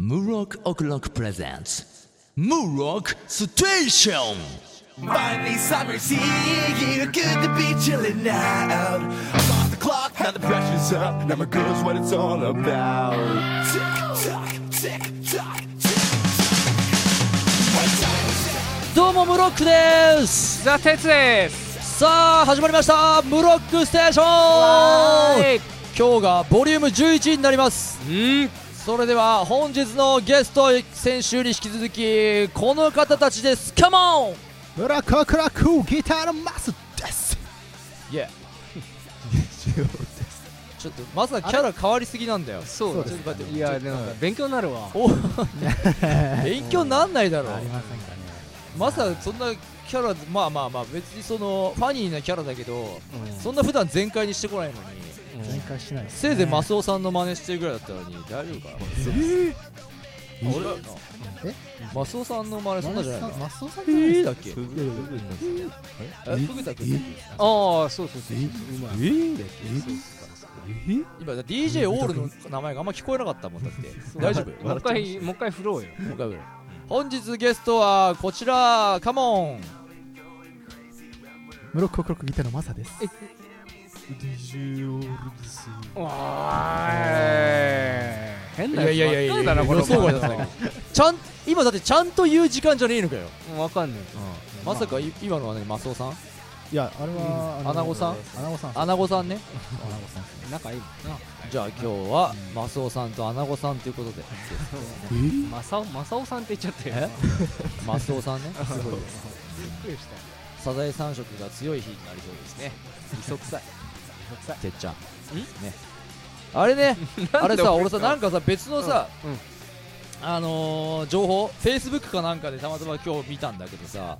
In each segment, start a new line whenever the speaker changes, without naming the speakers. Murok O'Clock presents Murok Station!
Finally, summer's here. Good to be chilling out. I'm off the clock, now the pressure's up. Now my girl's what it's all about. Tick tock, tick tock, tick tock.
どうもムロックです
ザ・テツです
さあ始まりましたムロックステーション今日がボリューム11になります
うん
それでは本日のゲスト先週に引き続きこの方たちですカモン
ブラコクラクギターのマスです
い や ちょっとまさかキャラ変わりすぎなんだよ
そうだ
そうですかね
いやでもなんか勉強になるわ
お 勉強なんないだろ
ありませんかね
まさかそんなキャラまあまあまあ別にそのファニーなキャラだけどそんな普段全開にしてこないのに
全開しないです
せいぜいマスオさんの真似してるぐらいだったのに大丈夫かな俺だよな
え
マスオさんの真似そんなじゃないの
マスオさん
え
じゃない
ーだっけ
いやいや
えフグだっけ
ああそうそうそう
今 DJ オールの名前があんま聞こえなかったもんだって大丈夫
もう一回もう一回振ろうよ
もう一回ぐらい本日ゲストはこちらカモン
ブラコクラクギターのマサです
わーい変な
いやいやいやいや
ばっかりだなこの
予想外だったねちゃん今だってちゃんと言う時間じゃねえのかよ
わかんない
まさかい今のはねマスオさん
いやあれは
アナゴさん
アナゴさん
アナゴさんね
アナゴさん
仲いい
じゃあ今日はマスオさんとアナゴさんということで
もんなマサオマサオさんって言っちゃった
え
よ
マスオさんね
びっくりした
サザエ三色が強い日になりそうですね
磯臭い
てっちゃんねあれねあれさ俺さなんかさ別のさ、
うんうん
あのー情報フェイスブックかなんかでたまたま今日見たんだけどさ、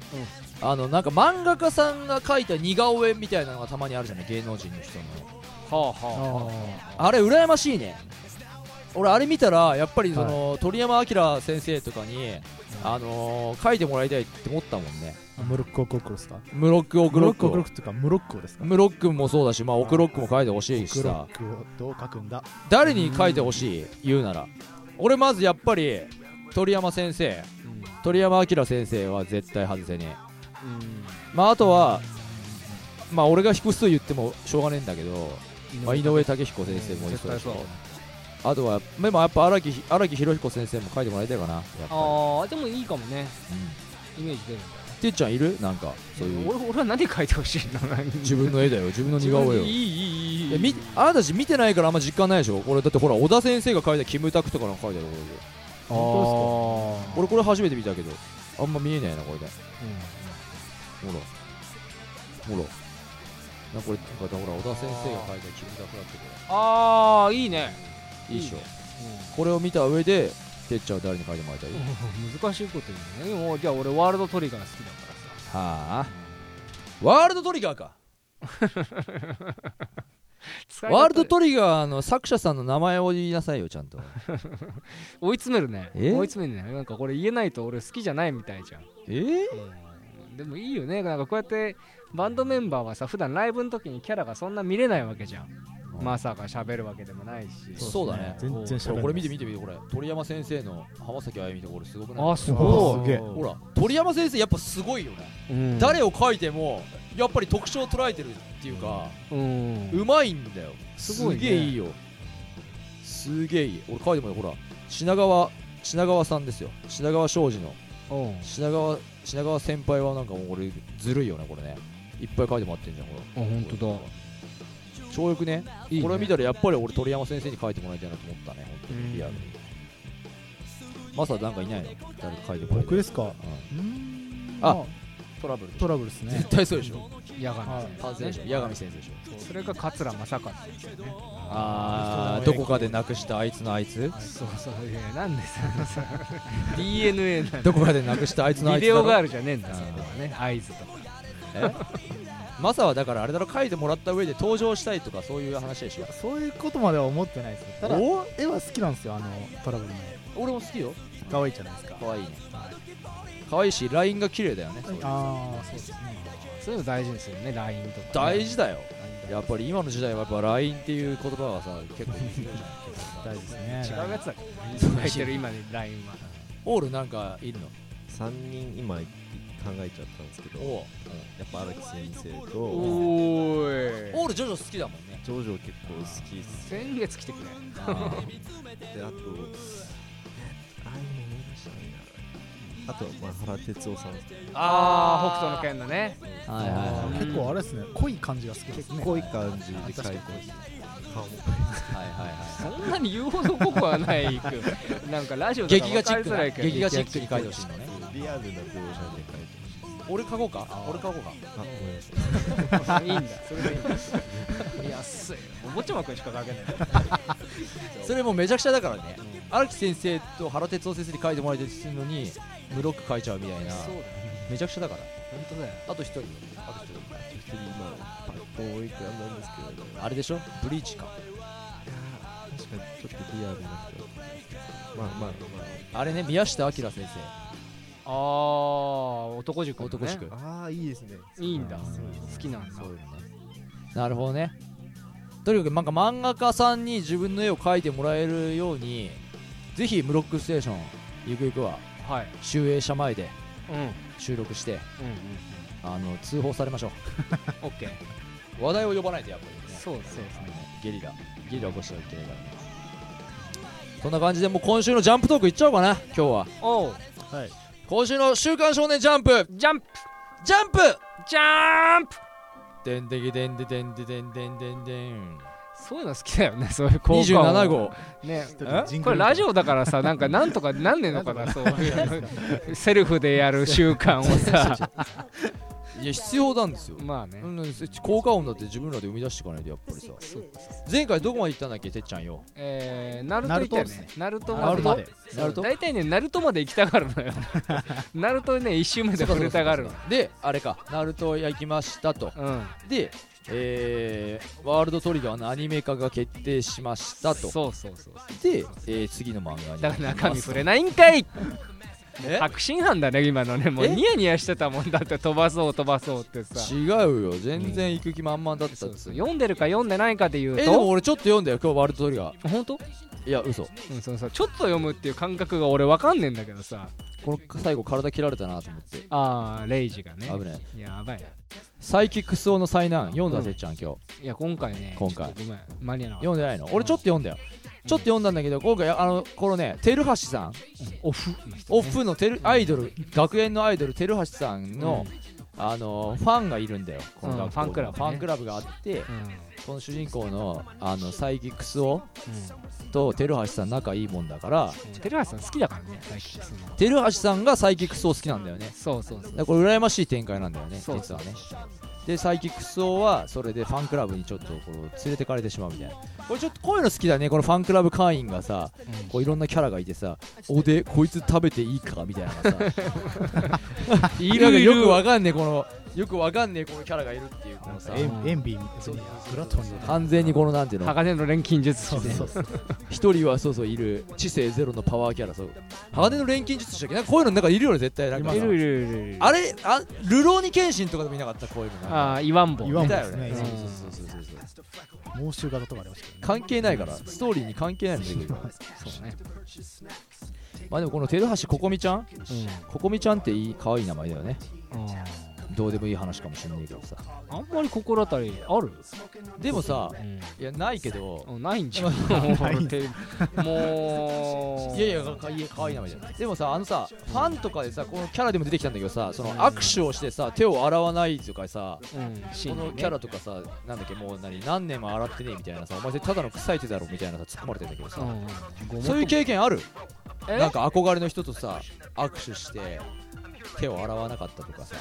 あのなんか漫画家さんが描いた似顔絵みたいなのがたまにあるじゃない芸能人の人の
はあ
あ
は
あれ羨ましいね俺あれ見たらやっぱりその、鳥山明先生とかに、あのー、書いてもらいたいって思ったもんね
ームロッコクロクロですか
ムロックオクロック
ムロッコクロ
を
クっていうかムロッコですか
ムロックもそうだしまあオクロックも書いてほしいし
クロ
さ
ックをどう書くんだ
誰に書いてほしい言うなら俺まずやっぱり鳥山先生鳥山明先生は絶対外せねえ
あうん
まああとはまあ俺が低数言ってもしょうがねえんだけど、まあ、井上武彦先生もいそうだし
絶対そう
あとはでもやっぱ荒木ひ荒木博彦先生も書いてもらいたいかなやっぱり
ああでもいいかもね
うん
イメージ出る
てっちゃんいるなんかそういう
俺俺は何書いてほしいの
自分の絵だよ自分の似
自
顔絵
分で
よ
いいいいいい
いやみあなたたち見てないからあんま実感ないでしょ俺だってほら小田先生が書いたキムタクとかの書いてあるこれで
本当ですか
俺これ初めて見たけどあんま見えないなこれでほらほらなこれなんかほら小田先生が書いたキムタクだってこ
ああいいね
れいいでしょこれを見た上でてっちゃんは誰に書いてもらいたい
うん難しいこと言うねもうじゃあ俺ワールドトリガー好きだからさ
はあワールドトリガーか
使い方
ワールドトリガーの作者さんの名前を言いなさいよちゃんと
追い詰めるね
え
追い詰めるねなんかこれ言えないと俺好きじゃないみたいじゃん
ええ
でもいいよねなんかこうやってバンドメンバーはさ普段ライブの時にキャラがそんな見れないわけじゃん
うん
まさか喋るわけでもないし
そうそうだね
全然
こ
喋
れ
ら
こ
な
れ
い
見て見て見てこれ鳥山先生の浜崎あゆみとこれすごくない
あす
あ
ご
す
い
げえ
ほら鳥山先生やっぱすごいよね、
うん
誰を書いてもやっぱり特徴を捉えてるっていうか、
うん
うまいんだよす
すごいね
げえいいよすげえいい俺書いてもらうよほら品川品川さんですよ品川庄司の
うん
品川品川先輩はなんかもう俺ずるいよねこれねいっぱい書いてもらってんじゃんほら
あ本当だ
超よくね
いいね
これを見たらやっぱり俺鳥山先生に書いてもらいたいなと思ったね本当
うん
にリアルにマサなんかいないの誰か書いてもらいた
僕
い
ですか
う
うん
あ
ま
トラブルでしょ
トラブルですね
絶対そうでしょ
矢神
はい
先生でしょ八神先生でしょ
それが桂正和先生ね
あーどこかでなくしたあいつのあいつ
そうそういやなんでささ DNA なん
どこかでなくしたあいつのあ
ビ
いつ
デ
だ
オ
ろ
ガールじゃねえんだそこはね合図とか
マサはだからあれだろ書いてもらった上で登場したいとかそういう話でしょ
そういうことまでは思ってないですよただ
お
絵は好きなんですよあのトラブルの
俺も好きよ
可愛いじゃないですか
可愛いね可愛いし LINE が綺麗だよねそういう
ああそうですね
そういうの大事ですよね LINE とかね
大事だよ
LINE と
やっぱり今の時代はやっぱ LINE っていう言葉はさ結構重要じゃん
大事です
違
ね
うやつだから入ってる今で LINE は
オールなんかいるの
3人今考えちゃったんですけどや
おう
っぱ荒木先生と
お
オ
ーい
ールジョジョ好きだもんね
ジョジョ結構好きっすね
先月来てくれ
であとああいうの思い出したねあと、まあ、原哲夫さん
ああ北斗の剣のね
はいはいはい
うん
結構あれですね濃い感じが好きです
結
ね
構いい感じで書いてる顔も
はいはいはい
そんなに言うほど濃くは ないくなんかラジオとか
劇
分
画チ
か
ッ
り
ク
づ
な
らいけど
劇画チックに書いてほしいのね
リアルな描写で書いてほしい
俺書こうか俺書こうか
あごめんなさい
いいんだそれでいいんだ安いおぼちゃまくんしか書けない
それもうめちゃくちゃだからね荒木先生と原哲夫先生に書いてもらえてるのに無ロック書いちゃうみたいな
そうだよ
めちゃくちゃだから
本当だよ
あと一人あと一
一人今パッと思い浮かんだんですけど、ね、
人あれでしょブリーチか
確かにちょっとリアルな人まあまあ
あれね宮下明先生
ああ男塾のね
男塾
まあああーいいですね
いいんだ
うん
好きなんだ
そういうのねなるほどねとにかくなんか漫画家さんに自分の絵を描いてもらえるようにぜひ「ムロックステーション」ゆくゆくは
はい
集英社前で
うんうん
収録して
うん
あの通報されましょ
オッケー
う話題を呼ばないとやっぱりね
そうだね
ゲリラゲリラ起こしちゃいけないからねそんな感じでもう今週のジャンプトークいっちゃおうかな今日は
おう
はい
今週の「週刊少年ジャンプ
ジャンプ」
ジャンプ
ジャンプ
でんでけでんででんででんでんでんでん
そういうの好きだよねそういう効果音
27号
ね
人ジング
こ
ル
れラジオだからさなんかなんとかなんねんのかなそういうのセルフでやる習慣をさ
いや必要なんですよ
まあね
うん、効果音だって自分らで生み出していかないとやっぱりさ前回どこまで行ったんだっけてっちゃんよ
えーナルトいたよねナルト
ナルト
まで
ナルト
大体ねナルトまで行きたがるのよナルトにね1周目で触れたがるの
であれかナルトへ行きましたと
うん
でえーワールドトリガーのアニメ化が決定しましたと
そうそうそう
で、えー次の漫画に
だから中身触れ
な
ないんかい
え
確信犯だね今のねもう
え
ニヤニヤしてたもんだって飛ばそう飛ばそうってさ
違うよ全然行く気満々だったっつうの
読んでるか読んでないかで言う
えでも
と
俺ちょっと読んだよ今日ワールドトリガー
本当
いや嘘
うんそうそうちょっと読むっていう感覚が俺わかんねえんだけどさ
この最後体切られたなと思って
ああレイジがね
危ない
やばいな
サイキックスオの災難読んだ
うん
てっちゃん今日
いや今回ね
今回
ちょっとごめん間に合わなかっ
読んでないの俺ちょっと読んだよちょっと読んだんだけど今回あのこのねテルハシさん
たオフの人
オフのテルアイドル学園のアイドルテルハシさんの、あのファンがいるんだよこの学校
うんファンクラブね
ファンクラブがあって
うんうん
この主人公のあのサイキックスオとテルハシさん仲いいもんだから
うんテレハさん好きだからね最近その
テルハシさんがサイキックスオ好きなんだよね
そうそうそ
だ
う
からこれ羨ましい展開なんだよね
そう
実はねでサイキックスオはそれでファンクラブにちょっとこう連れてかれてしまうみたいなこれちょっとこういうの好きだねこのファンクラブ会員がさ
うん
こういろんなキャラがいてさおでこいつ食べていいかみたいなの がさいるなんかよくわかんねえこのよくわかんねえこのキャラがいるっていうこのさ
エンエンビーグラトニーだ
完全にこのなんていうの
鋼の錬金術
そう
師ね
そうそう
一人はそうそういる知性ゼロのパワーキャラそう鋼の錬金術師だっけなんかこういうのなんかいるよね絶対なんか
い
さ
るいるいるいる
あれあルローニケンシンとかでもいなかったこういうのなんか
ああ言わんぼ
言わん
い
ぼ
た
で
よ
す
ね
ね
そう
うん
そうそうそうそう
猛襲型とかありましたけどね
関係ないからストーリーに関係ないのできるから
そうね
まあでもこのテルハシココミちゃんココミちゃんっていい可愛い名前だよね
うんうん
どうでもいい話かもしれないけどさ
あんまり心当たりある
でもさ
うん
いやないけど
うんないんじゃん もう
いやいや、かいい可愛い名前じゃん。でもさ、あのさ、ファンとかでさ、このキャラでも出てきたんだけどさ、その握手をしてさ、手を洗わないとかさ、
うんシー
こ
ンね
のキャラとかさ、なんだっけ、もう何、何年も洗ってねえみたいなさ、お前ただの臭い手だろみたいなさ、突っ込まれてんだけど
う
さ、
んごもっとも
そういう経験ある
え
なんか憧れの人とさ、握手して、手を洗わなかったとかさ、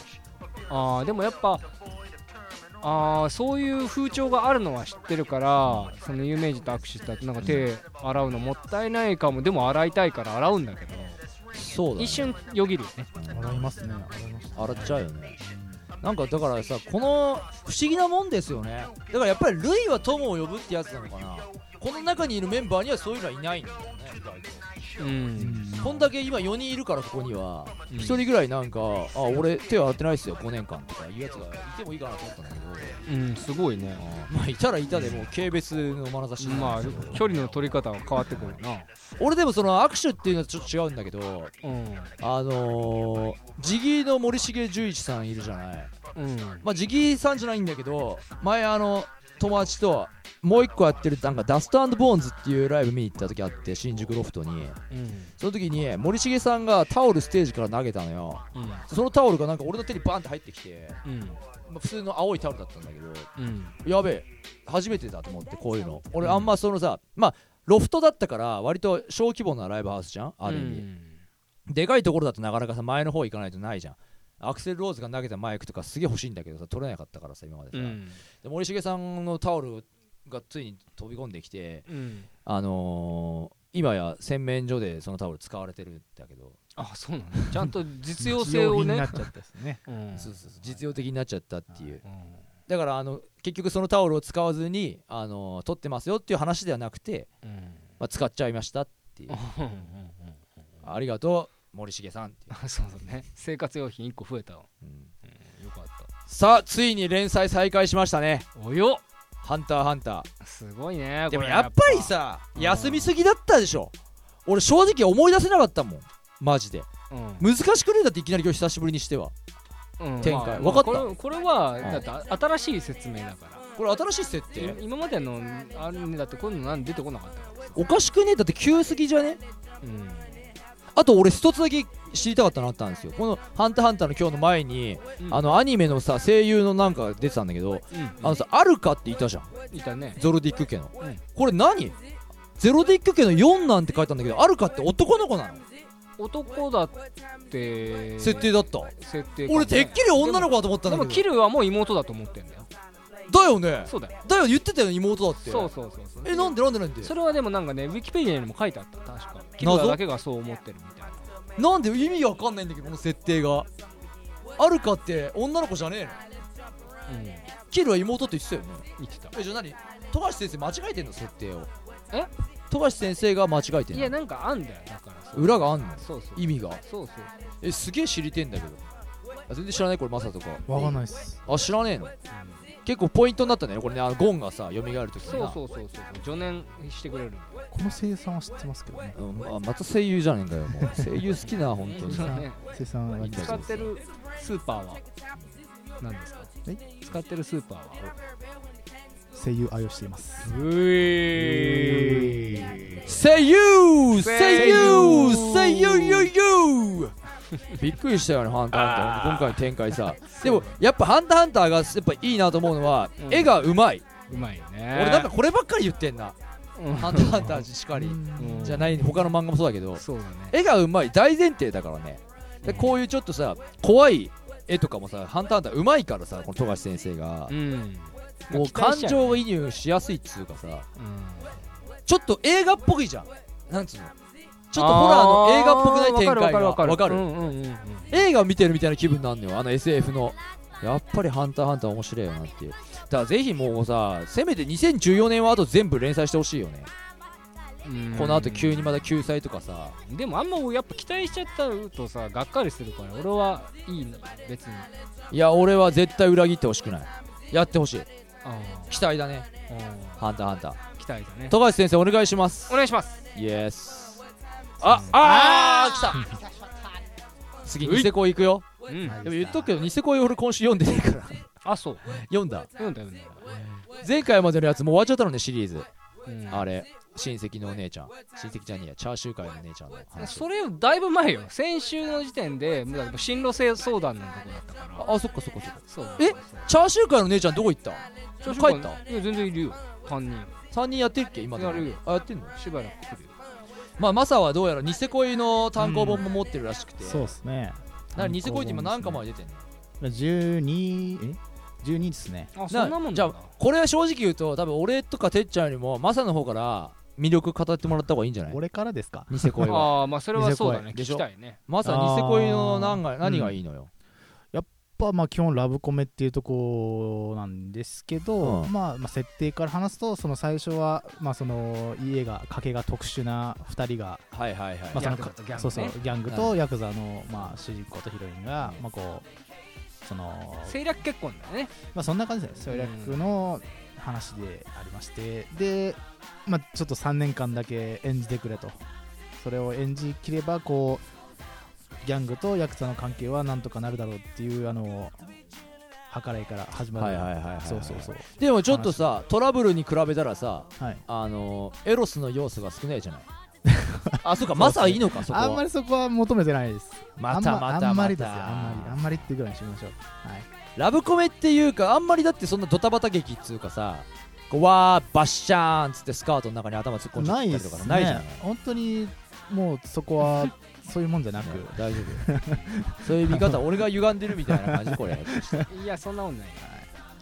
あーでもやっぱあーそういう風潮があるのは知ってるからその有名人と握手した後なんか手洗うのもったいないかもでも洗いたいから洗うんだけど
そうだ、ね、
一瞬よぎるよね
洗いますね洗います
洗っちゃうよね。なんかだからさ、この不思議なもんですよね。だからやっぱり、ルイは友を呼ぶってやつなのかな。この中にいるメンバーにはそういうのはいないんだよね、意外と。
うん
こんだけ今4人いるからここには
うん
1人ぐらいなんか「あ俺手は当てないっすよ5年間」とかいうやつがいてもいいかなと思ったんだけど
うんすごいね
あーまあいたらいたでもう軽蔑の眼差し
ま
なん
あ
ですけど
距離の取り方は変わってくるな
俺でもその握手っていうのはちょっと違うんだけど
うん
あのー、ジギーの森重十一さんいるじゃない
うん
まあジギーさんじゃないんだけど前あの友達ともう一個やってるなんかダストボーンズっていうライブ見に行った時あって新宿ロフトに
うん
その時に森重さんがタオルステージから投げたのよ
うん
そのタオルがなんか俺の手にバンって入ってきて、
うん
まあ、普通の青いタオルだったんだけど
うん
やべえ初めてだと思ってこういうの俺あんまそのさまあロフトだったから割と小規模なライブハウスじゃんある意味、でかいところだとなかなかさ前の方行かないとないじゃんアクセル・ローズが投げたマイクとかすげえ欲しいんだけどさ取れなかったからさ今までさ、
う
で
ん
森重さんのタオルがついに飛び込んできて
うん
あのー、今や洗面所でそのタオル使われてるんだけど、
あそうな のちゃんと実用性を
に
ね
なっちゃったですね
うん
そうそうそう実用的になっちゃったっていう
うん
だからあの結局そのタオルを使わずに、あのー取ってますよっていう話ではなくて、
うん
まあ、使っちゃいましたっていう
うんうん
ありがとう森重さんっていう、
あそうだね生活用品1個増えたわ
うん
よかっ
さあついに連載再開しましたね
たおよ
「ハンターハンター」
すごいね
でも
これ
やっぱりさ
うん
休みすぎだったでしょ俺正直思い出せなかったもんマジで
うん
難しくねえだっていきなり今日久しぶりにしては
うん
展開
ま
わ
あ
かった
まあこれこれはだってあ新しい説明だから
これ新しい設定
い今までのあれねだってこういうのなん出てこなかったか
おかしくねえだって急すぎじゃね
らうん
あと俺一つだけ知りたかったのあったんですよこの「ハンターハンター」の今日の前に、
うん
あのアニメのさ声優のなんか出てたんだけどあのさアルカっていたじゃん
いたね
ゾロディック家の、
うん
これ何ゼロディック家の4なんて書いたんだけどアルカって男の子なの
男だって
設定だった
設定かも
俺てっきり女の子だと思ったん
で
だけ
も
ど
キルはもう妹だと思ってんだよ
だよね
そうだよ
だよ言ってたよね妹だって
そうそうそうそう
えなんでなんでなんで
それはでもなんかねウィキペディアにも書いてあった確かキルだけがそう思ってるみたいな
なんで意味わかんないんだけどこの設定がアルカって女の子じゃねえの
うん
キルは妹って言ってたよね
言ってた
えじゃあ何富樫先生間違えてんの設定を
え
富樫先生が間違えてん
い
の
やなんかあんだよだからそう
裏があんの
そうそう
意味が
そうそう
えすげえ知りてんだけどあ全然知らないこれマサとか
わかんないっす
あ知らねえの、結構ポイントになったねこれねあのゴンがさ蘇るとき
そうそうそうそう助念してくれるんだよ
この生産は知ってますけどね
うんまあ、また声優じゃねえんだよも う声優好きな本当に
そう ね
生産は
そう
使ってるスーパーは何ですか
え
使ってるスーパーは
声優愛用しています
うえ
声優声
声
優
優
声優ゆ ゆびっくりしたよね「ハンターハンター」今回の展開さでもやっぱ「ハンターハンター」がやっぱいいなと思うのは、
うん
絵がうまいう
まいね
俺なんかこればっかり言ってんな「ハンターハンター」しかり
うん
じゃない他の漫画もそうだけど
そうだね
絵がうまい大前提だからねでこういうちょっとさ怖い絵とかもさ「ハンターハンター」うまいからさこの富樫先生が
うん
こう
期待
感
しちゃう
情移入しやすいっつうかさ
うん
ちょっと映画っぽいじゃんなんつうのちょっとホラーの映画っぽくない展開が
わかる
わ
わ
か
か
る
るうんうんうんうん
映画見てるみたいな気分なんのよあの SF のやっぱり「ハンターハンター」面白いよなっていうだからぜひもうさせめて2014年はあと全部連載してほしいよね
うん
このあと急にまた救済とかさ
でもあんまやっぱ期待しちゃったとさがっかりするから俺はいいの別に
いや俺は絶対裏切ってほしくないやってほしい
あ
期待だね「
あ
ハンターハンター
期待だ」ね
富樫先生お願いします
お願いします
イエスああー来た次ニセコ行くよ
うん
でも言っとくけどニセコ俺今週読んでねえから
あそう
読んだ
読んだ読んだ
前回までのやつもう終わっちゃったのねシリーズ
うん
あれ親戚のお姉ちゃん親戚じゃねえやチャーシュー界の姉ちゃんの話
それよりだいぶ前よ先週の時点でもうだから進路性相談のとこだったから
ああそっかそっかそっか
そう
えチャーシュー界の姉ちゃんどこ行った
そう
帰った
いや全然いるよ担任
3人やってるっけ今でも
やるよ
あやってんの
しばらく来るよ
まあマサはどうやらニセ恋の単行本も持ってるらしくて、
そうですね
だからニセ恋って今何巻まで出てんの
12え12ですね
あそんなもん
じゃ
だ
あこれは正直言うと多分俺とかてっちゃんよりもマサの方から魅力語ってもらった方がいいんじゃない
俺からですか
ニセ恋は
ああまあそれはそうだね
で
聞
しょ
きたいね
マサニセ恋の何が何がいいのよ、
やっぱまあ基本ラブコメっていうとこなんですけど、
うん
まあ、まあ設定から話すとその最初はまあその家が家系が特殊な2人が、
はいはいはい
まあ、その
ギャングとギャングね
そうそうギャングとヤクザの、まあ、主人公とヒロインが、まあ、こうその
政略結婚だよね
まあ、そんな感じですね、
うん
省略の話でありまして、で、まあ、ちょっと3年間だけ演じてくれと、それを演じきれば、こう、ギャングとヤクザの関係はなんとかなるだろうっていう、あの、計らいから始まる、
はいはいはいはいはい
そうそうそう、
でもちょっとさトラブルに比べたらさ
はい、
あのエロスの要素が少ない じゃないあそうかマサはいいのかそこは
あんまりそこは求めてないです、
また
あんま
また
あんま
ま
りですよ、あんまり、あ
た
んまりっていうぐらいにしましょう、はい、
ラブコメっていうかあんまりだってそんなドタバタ劇っつうかさこうわーバッシャーンっつってスカートの中に頭突っ込んじゃっ
な
た
い
り
で
とか
す、
な
ね、
いじゃない
本当にもうそこはそういうもんじゃな く、
ね大丈夫そういう見方俺が歪んでるみたいな感じこれ
いやそんなことないよ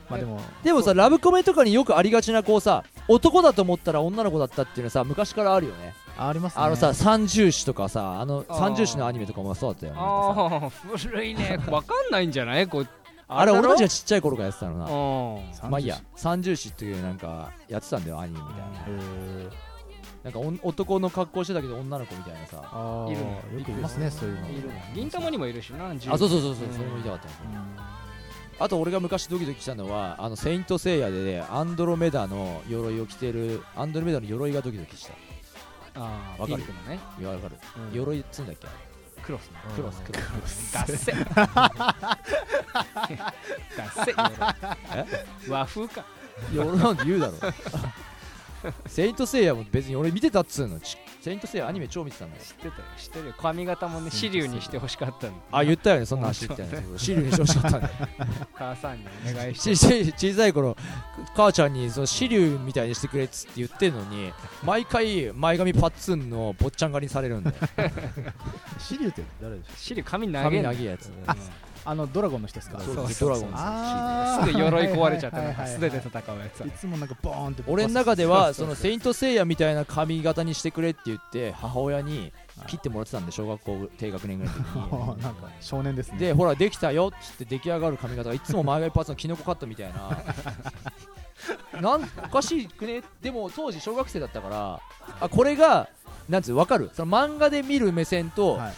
まあでも、
でもさラブコメとかによくありがちなこうさ男だと思ったら女の子だったっていうのはさ昔からあるよね
ありますね。
あのさ三重視とかさあの
あー
三重視のアニメとかもそうだったよねなんかさ
ああ古いねわかんないんじゃないこう
あれ俺たち
ゃ
がちっちゃい頃からやってたのな
うん
まあいいや三重視っていうなんかやってたんだよアニメみたいななんかおん男の格好してたけど女の子みたいなさ
あー
いるね
よくいますねそういうの
いるね銀玉にもいるしなあ
あそうそうそうそううんそれも言いたかったんですよあと俺が昔ドキドキしたのはあのセイントセイヤでねアンドロメダの鎧を着てるアンドロメダの鎧がドキドキした
あ
わ
わ
か
か
る
るピンクのね
いやわかる
うん
鎧っつうんだっけ
クロスね
クロスクロス
ダッセダッセ和風か
鎧なんて言うだろ セイントセイヤも別に俺見てたっつうのちセイントセイヤアニメ超見てたんだよ
知ってたよ知ってるよ髪型もね支流にしてほしかったの
あ言ったよねそんな話みたいなシルにしてほしかったね
母さんにお願いして
ちち小さい頃母ちゃんにその支流みたいにしてくれっつって言ってんのに毎回前髪パッツンの坊ちゃん狩りにされるんだよ
シリュウって誰でしょう
シリュ髪投げ
髪
ん
長
ない
やつ
あ
あのドラゴンの人ですか
そう
そ
ド
う
ラゴンズの
あ
す
ー
ぐ鎧壊れちゃった
は
ないん
は
か
いはい
素手で戦うやつ
いつもなんかボーンって
俺の中では
そ
そう
そ
の
う
セイントセイヤみたいな髪型にしてくれって言って母親に切ってもらってたんで小学校低学年ぐらいの時に
そうなんか少年ですね
でほらできたよっつって出来上がる髪型がいつも前髪パーツのキノコカットみたい ななんおかしくねでも当時小学生だったからあこれがなんつうわかるその漫画で見る目線と
はい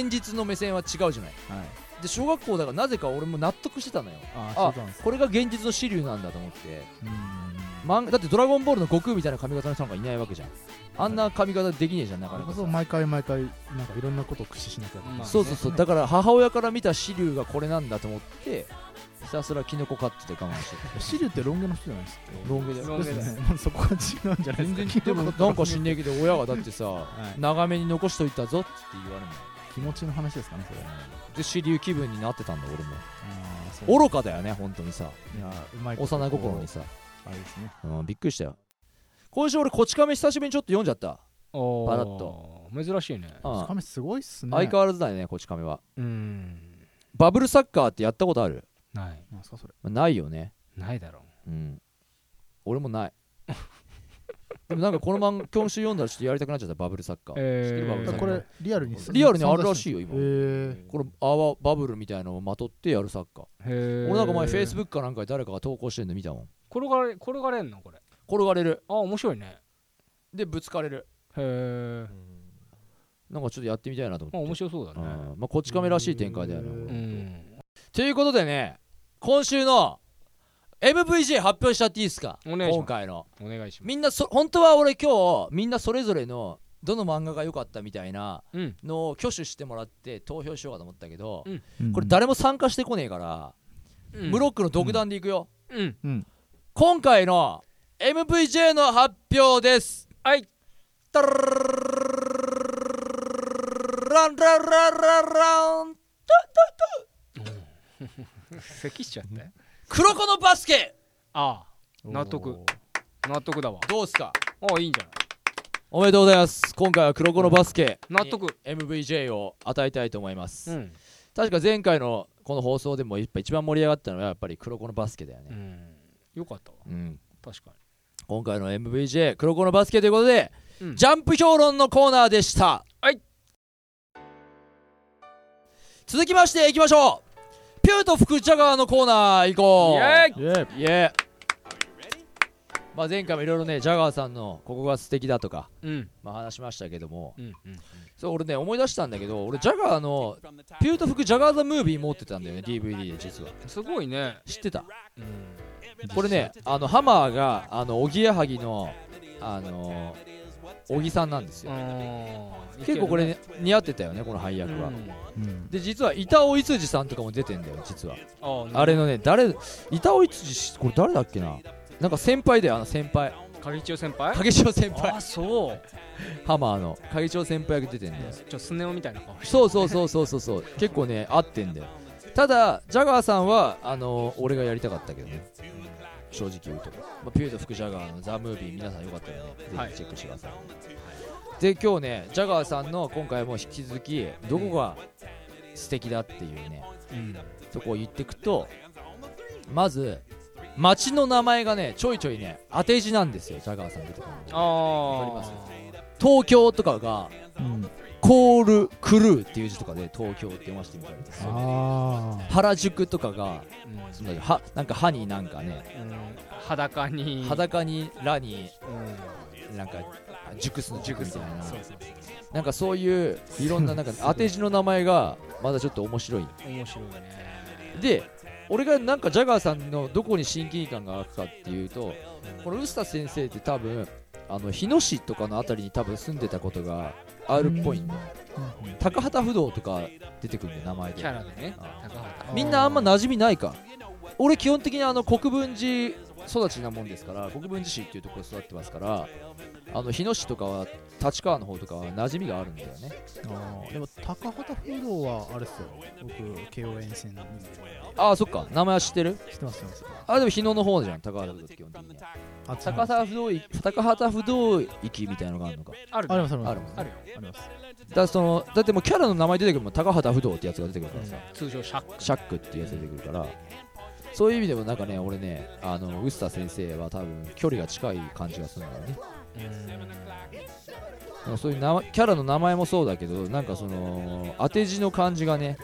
現実の目線は違うじゃない
はい
で小学校だからなぜか俺も納得してたのよ
あー
あ
そうなんです
これが現実の支流なんだと思って
うん
漫画だって「ドラゴンボール」の悟空みたいな髪型の人なんかいないわけじゃんあんな髪型できねえじゃんなか
あ
な
れこ
か
そ毎回毎回なんかいろんなことを駆使しなきゃいけない
まあ
そうそうそうだから母親から見た支流がこれなんだと思ってひたすらキノコカットで我慢してた
シリュウってロン毛の人じゃないです
ロン毛で
ロン毛
で
だ
す
よ
ねもうそこは違うんじゃない
全
で
然
すか
でもなんか知んねえけど親がだってさ、
い
長めに残しといたぞって言われるの
気持ちの話ですかねそれ
で支流気分になってたんだ俺も
あーそう
愚かだよね本当にさ
いやうまいこと
幼い心にさ、
あれですね
うん、びっくりしたよ今週俺こち亀久しぶりにちょっと読んじゃった、
おー
パラッと
珍しいね
うん
カメすごいっすね
相変わらずだよねこち亀は
うん
バブルサッカーってやったことある
ない
なんすかそれ
ないよね
ないだろ
うん俺もない でもなんかこの漫画今週読んだらちょっとやりたくなっちゃったバブルサッカー、
えー
知ってるバブルサッカー
これリアルに
リアルにあるらしいよ今
へー
これ泡バブルみたいなのをまとってやるサッカー
うへ
俺なんか前フェイス
ブ
ブッ
ック
クかなんかで誰かが投稿してんの見たもん
転がれ転がれんのこれ
転がれる
あ面白いね
でぶつかれる
へえ
なんかちょっとやってみたいなと思
あ
って
面白そうだ
う
ね
んまあ、こち亀らしい展開だよ
う
ね
ん
ということでね今週の MVJ 発表しちゃっていいですか
お願いします
今回の
お願いしま
みんなそ本当は俺今日みんなそれぞれのどの漫画が良かったみたいな
すうん
のを挙手してもらって投票しようかと思ったけど、
うん
これ誰も参加してこねえから、
うん
ブロックの独断でいくよ、
うん
今回の MVJ の発表です
はい
タランランランランラン
咳しちゃったよ
黒子のバスケ
ああ納得納得だわ
どうすか
ああいいんじゃない
おめでとうございます今回は黒子のバスケ
納得
に MVJ を与えたいと思います、
うん
確か前回のこの放送でもやっぱ一番盛り上がったのはやっぱり黒子のバスケだよ
う
ね、
んよかったわ
うん
確か
今回の MVJ 黒子のバスケということで、
うん
ジャンプ評論のコーナーでした
はい
続きましていきましょうピューと福チャガーのコーナー行こう
イエ
イエーまあ前回もいろいろねジャガーさんのここが素敵だとか、
うん
まあ、話しましたけども
うんうん
そう俺ね思い出したんだけど俺ジャガーのピュート服ジャガー・ザ・ムービー持ってたんだよね DVD で実は
すごいね
知ってた
うん
これねあのハマーがあのおぎやはぎのあの小木さんなんですよ結構これ、ね、似合ってたよねこの配役は、
うん
で実は板尾つじさんとかも出てんだよ実はあ
れ
れのね誰板尾つじこれ誰だっけななんか先輩だよあの先輩
影千代先輩
影潮先輩
あそう
ハマーの影潮先輩が出てんだよ
ちょっとスネ夫みたいな顔して
そうそうそうそうそうそう結構ね合ってんだよただジャガーさんはあの俺がやりたかったけどね、正直言うと、まあ、ピュート・フク・ジャガーの「ザ・ムービー皆さんよかったらね
は
ぜひ
い
チェックしてください、で今日ねジャガーさんの今回も引き続きどこが素敵だっていうね、そこを言ってくとまず町の名前がねちょいちょいね当て字なんですよジャガーさん出てくるの
ああ
わか東京とかが
うん
コールクルーっていう字とかで東京って読ませてみたりとか
あ
原宿とかが
う
そのはなんか歯になんかね
んうん裸に
裸にラに
う
なんか熟すの熟みたいな
そうそう
なんかそういういろんななんか当て字の名前がまだちょっと面白い
そう面白いね
で俺がなんかジャガーさんのどこに親近感が湧くかっていうとこの臼田先生って多分あの日野市とかの辺りに多分住んでたことがあるっぽいんだよ高畑不動とか出てくるんだよ名前
キ
で
ャラでね
あ
高畑
みんなあんま馴染みないか俺基本的にあの国分寺育ちなもんですから国分寺市っていうところで育ってますからあの日野市とかは立川の方とかは馴染みがあるんだよね
あでも高畑風道はあれっすよ僕慶応沿線に知
ああそっか名前は知ってる
ってます知ってます
あでも日野の方じゃん高畑不動って基本的にね
あそう
高畑不動駅高畑不動駅みたいなのがあるのか
ある
ありますあり
あ
ます
るもんね
あるよ
あります
だからそのだってもうキャラの名前出てくるもん高畑不動ってやつが出てくるからさ
通常シャック
シャックっていうやつ出てくるからそういう意味でもなんかね俺ねあの臼田先生は多分距離が近い感じがするんだよねなんかそういう名前キャラの名前もそうだけどなんかその当て字の感じがね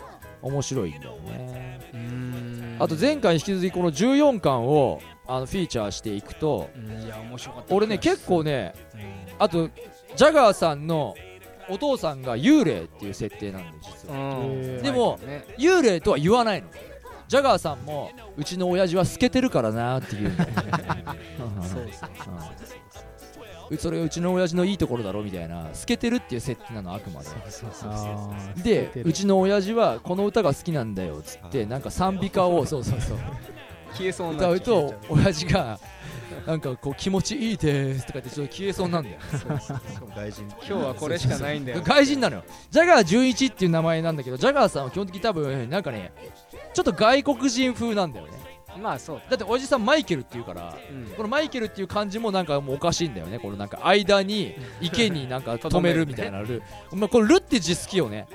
面白いんだよね
うん
あと前回引き続きこの14巻をあのフィーチャーしていくと
うんいや面白かった
俺ね結構ね
うん
あとジャガーさんのお父さんが幽霊っていう設定なんだよ実は
うん
でも
ね
幽霊とは言わないのジャガーさんもうちの親父は透けてるからなっていう
そうそう
うんそれうちの親父のいいところだろみたいな透けてるっていう設定なのあくまで
あー
で
てる
うちの親父はこの歌が好きなんだよっつってなんか賛美歌をそうそうそう
消えそうにな
歌
っ
う
ちゃ
と親父がなんかこう気持ちいいですとか言ってちょっと消えそうになんだよ
外人今
今日はこれしかないんだよ
外人なのよジャガー11っていう名前なんだけどジャガーさんは基本的に多分なんかねちょっと外国人風なんだよね
まあそう
だって親父さんマイケルっていうから
うん
このマイケルっていう漢字もなんかもうおかしいんだよねこのなんか間に池になんか止めるみたいなルお前このルって字好きよね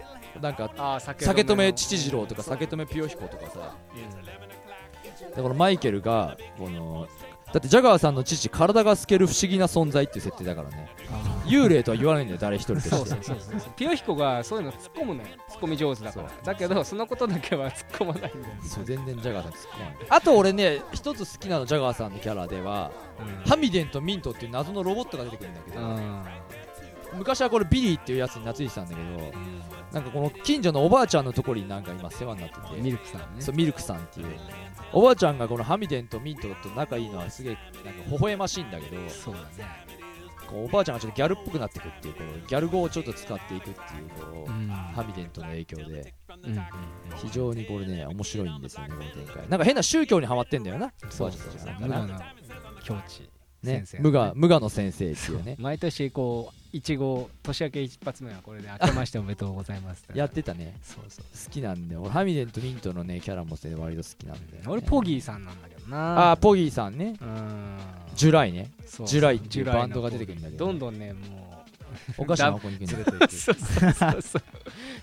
なんか
あー酒
酒止め
の
父次郎とか酒止めピヨ彦とかさ
うん
だからマイケルがこのだってジャガーさんの父体が透ける不思議な存在っていう設定だからね幽霊とは言わないんだよ誰一人として
そうそうそうそうピヨヒコがそういうの突っ込むのよ突っ込み上手だから
そう
だけどそのことだけは突っ込まないんだよ
そう全然ジャガーさん突っ込まないあと俺ね一つ好きなのジャガーさんのキャラでは、ハミデンとミントっていう謎のロボットが出てくるんだけど、昔はこれビリーっていうやつに懐いてたんだけど、なんかこの近所のおばあちゃんのところになんか今世話になってて
ミルクさんね
そうミルクさんっていうおばあちゃんがこのハミデンとミントと仲いいのはすげえなんか微笑ましいんだけど
そうだね
こうおばあちゃんがちょっとギャルっぽくなってくっていうこうギャル語をちょっと使っていくっていうこう、ハミデントの影響で非常にこれね面白いんですよねこの展開なんか変な宗教にはまってんだよな
そう
おばあちゃんたちなんか
無
な
我の境地
ね
先生
無我無我の先生っていうね
毎年こういちご年明け一発目はこれで明けましておめでとうございます
やってたね
そうそう
好きなんで俺ハミデンとミントのねキャラもね割と好きなんで、
俺ポ
ー
ギーさんなんだけどな
あーポギーさんね
うん
ジュライね
そう
ジュライっていう
ジュライの
バンドが出てくるんだけど
どんどんねも
おかしな方向に行くんだよ
うそうそうそうそう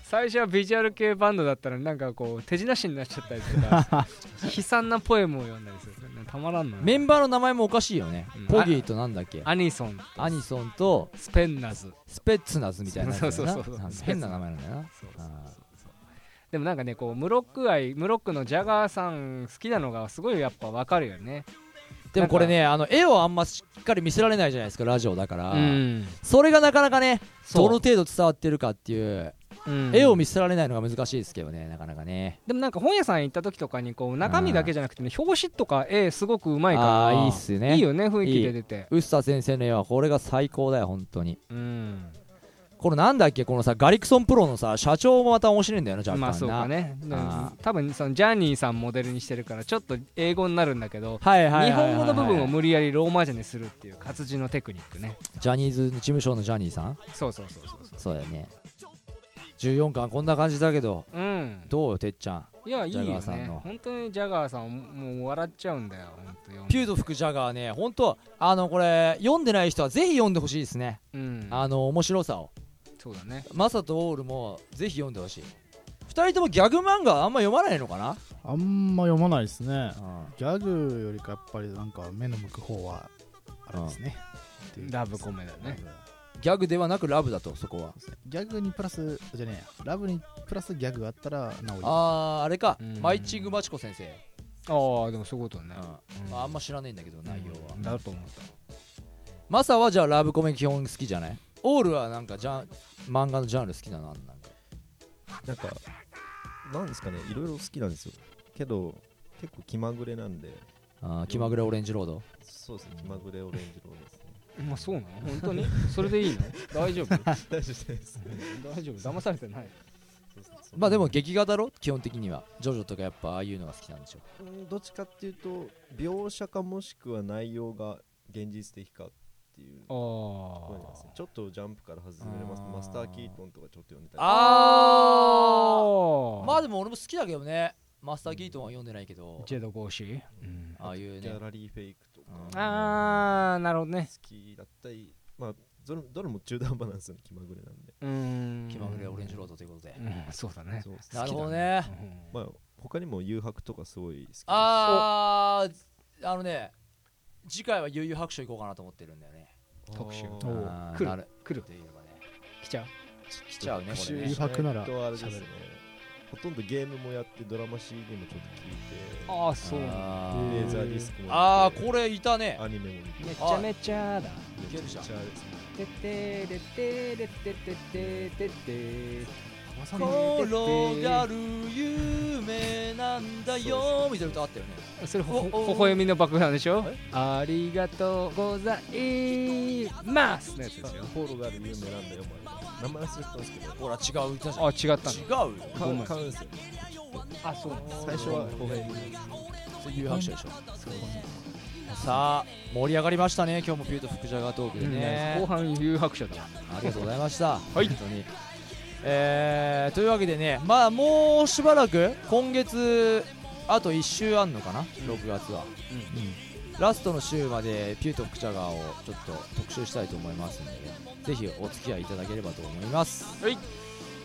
最初はビジュアル系バンドだったらなんかこう手品師になっちゃったりとか 悲惨なポエムを読んだりするからねたまらんの よ
メンバーの名前もおかしいよね、
うん
ポギーとなんだっけ
アニソン
アニソンと
スペンナズ
スペッツナズみたいなやつだよな
そうそうそうそう
なんか変な名前なんだよな
そうそうそう
あ
でもなんかねこうムロック愛ムロックのジャガーさん好きなのがすごいやっぱ分かるよね
でもこれねあの絵をあんましっかり見せられないじゃないですかラジオだから、
うん
それがなかなかね
そ
ど
う
の程度伝わってるかっていう、
うん
絵を見せられないのが難しいですけどねなかなかね
でもなんか本屋さん行った時とかにこう中身だけじゃなくてね表紙とか絵すごくうまいから
あーいいっすよね
いいよね雰囲気で出て
ウッサ先生の絵はこれが最高だよ本当に
うん
これなんだっけこのさガリクソンプロのさ社長もまた面白いんだよな若干な、
まあそうかねうん
あ
多分そのジャニーさんモデルにしてるからちょっと英語になるんだけど
はいはいはいはい
日本語の部分を無理やりローマ字にするっていう活字のテクニックね
ジャニーズ事務所のジャニーさん
そうそうそうそうそ
そうだよね14巻こんな感じだけど
ううん
どうよてっちゃん
いやいい
ジ
よ
ャ
ね
ガーさんの
本当にジャガーさんもう笑っちゃうんだよ本当
ピュード吹くジャガーね本当あのこれ読んでない人はぜひ読んでほしいですね、
うん
あの面白さを
そうだね
マサとオールもぜひ読んでほしい二人ともギャグ漫画あんま読まないのかな、
あんま読まないですね
うん
ギャグよりかやっぱりなんか目の向く方はあれですね、っていう
ラブコメだね
ギャグではなくラブだとそこは
ギャグにプラスじゃねえやラブにプラスギャグがあったらなおいい
あーあれか
うん
マイチングマチコ先生、
ああでもそういうことね
うんまあ、あんま知らないんだけど内容は、
だと思った
マサはじゃあラブコメ基本好きじゃないオールはなんかジャン漫画のジャンル好きなのあんのなんか
なんかなんですかねいろいろ好きなんですよけど結構気まぐれなんで
あー気まぐれオレンジロード
そうですね気まぐれオレンジローですね
まあそうなの本当に それでいいの 大丈夫
大丈夫ですね
大丈夫騙されてない
そうそうそう
まあでも劇画だろ基本的にはジョジョとかやっぱああいうのが好きなんでしょ
うんどっちかっていうと描写かもしくは内容が現実的かっていう
あ
ところなんですね
ー
ちょっとジャンプから外れます
あー
マスター・キートンとかちょっと読んでたり
あー
あま
まあ
あ
でも俺も好きだけどねマスター・ギートンは読んでないけど
ジェドゴーシー、
ああいう
ギ
ね
ャラリー・フェイクとか
うん
好
ああなるほどね
きだったりまあどれどれも中途半端なんですよね気まぐれなんで
うーん
気まぐれオレンジロードということで
うんそうだね
そうです
なるほどね
うん
まあ他にも誘白とかすごい好きです
あーあのね次回は悠々白書行こうかなと思ってるんだよね
特集
あ
お
ー
う
あー
来る
なる
来る
といえばね
来ちゃう
来ちゃうねこれ
復
ね
習白なら
えっとあれですねほとんどゲームもやってドラマ CD もちょっと聞いて
ああそうなんだ
あ
レ
ー
ーザーディスクも見て
あーこれいたね
アニメも見て
めちゃめちゃだ
いけるじゃん
めちゃめちですね
てってれってれってってってってって
転がる夢なんだよみたいな歌あったよね
それほ
おお
ほ微笑みの爆弾でしょ
え
ありがとうございますのやつですよ
フォローがある有名なんだよもあれ名前忘れてたんですけど
ほら違う歌じゃん
あ違ったん
違
だ
うよ
買
ご
う
めん
買うんですよ
あそうなんだ
最初は後編
そういう拍手でしょさあ盛り上がりましたね今日もピュート福ジャガートークでね、
後半誘白者だ
ありがとうございました
はい
本当にえー、というわけでねまあもうしばらく今月あと1週あんのかな、6月は、ラストの週までピュート福ジャガーをちょっと特集したいと思いますんでねぜひお付き合いいただければと思います、
はい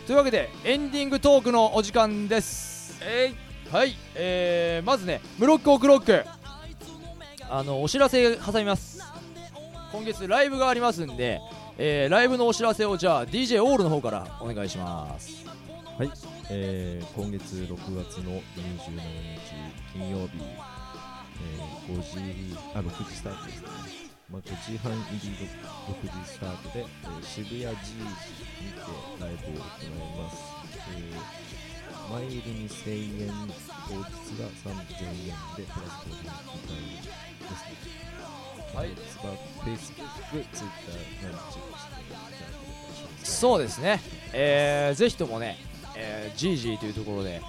というわけでエンディングトークのお時間です
え
はい、えー、まずね、ムロックオクロック、あのお知らせ挟みます。今月ライブがありますんで、えーライブのお知らせをじゃあ DJ オールの方からお願いします。
えー今月6月の27日金曜日、えー5時あ6時スタートですね、まあ、5時半入り6時スタートで、えー渋谷 G 時にてライブを行います、えーマイルに1000円当日が3000円でプラス5000円ですね
はい
スパ Facebook、Twitter などチェックしていただければと思います
そうですね、えーぜひともね、えー、ジージーというところで、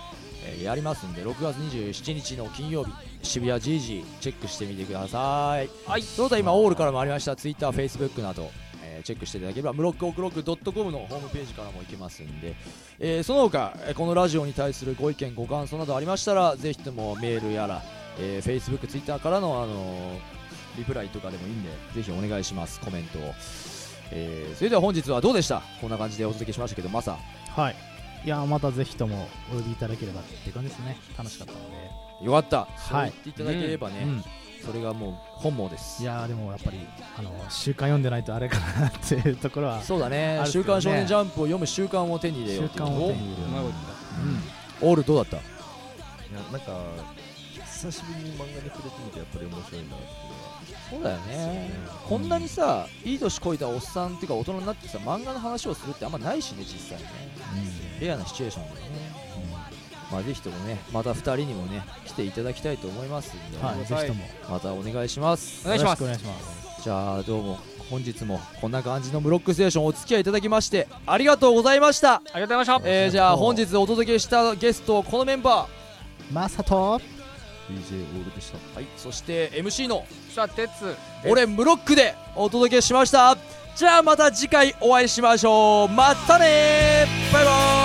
えーやりますんで、6月27日の金曜日、渋谷ジージーチェックしてみてください。
はい
その他今オールからもありました Twitter、Facebook など、えーチェックしていただければムロックオクロックドットコムのホームページからも行けますんで、えーその他えーこのラジオに対するご意見ご感想などありましたらぜひともメールやら、えー Facebook、Twitter からの、あのーリプライとかでもいいんでぜひお願いしますコメントを、えーそれでは本日はどうでしたこんな感じでお届けしましたけどマサ
はいいやまたぜひともお呼びいただければって感じですね楽しかったので、
よかった、
はい
そう言っていただければね、
うん
それがもう本望です
いやーでもやっぱりあの週刊読んでないとあれかなっていうところは
そうだね
あるっす
週
よね
刊少年ジャンプ」を読む習慣を手に入れよう
週
っていう
刊
こと
を手に入れ
う
る
まいこ
うん
オールどうだった
いやなんか久しぶりに漫画に触れてみてやっぱり面白いなって
そうだよね
いうのは
こんなにさいい年こいたおっさんっていうか大人になってさ漫画の話をするってあんまないしね実際ねレアなシチュエーションだよね、まあぜひともねまた2人にもね来ていただきたいと思いますんで、
はい、ぜひとも
またお願いします
お願いし
よ
ま
ろ
す
くお願いします
じゃあどうも本日もこんな感じの「ブロックステーション」お付き合いいただきましてありがとうございました
ありがとうございました
えー、じゃあ本日お届けしたゲストこのメンバ
マサト
DJ オールでした
ー、はい、そして MC の
さあ鉄
俺ムロックでお届けしましたじゃあまた次回お会いしましょうまたねーバイバーイ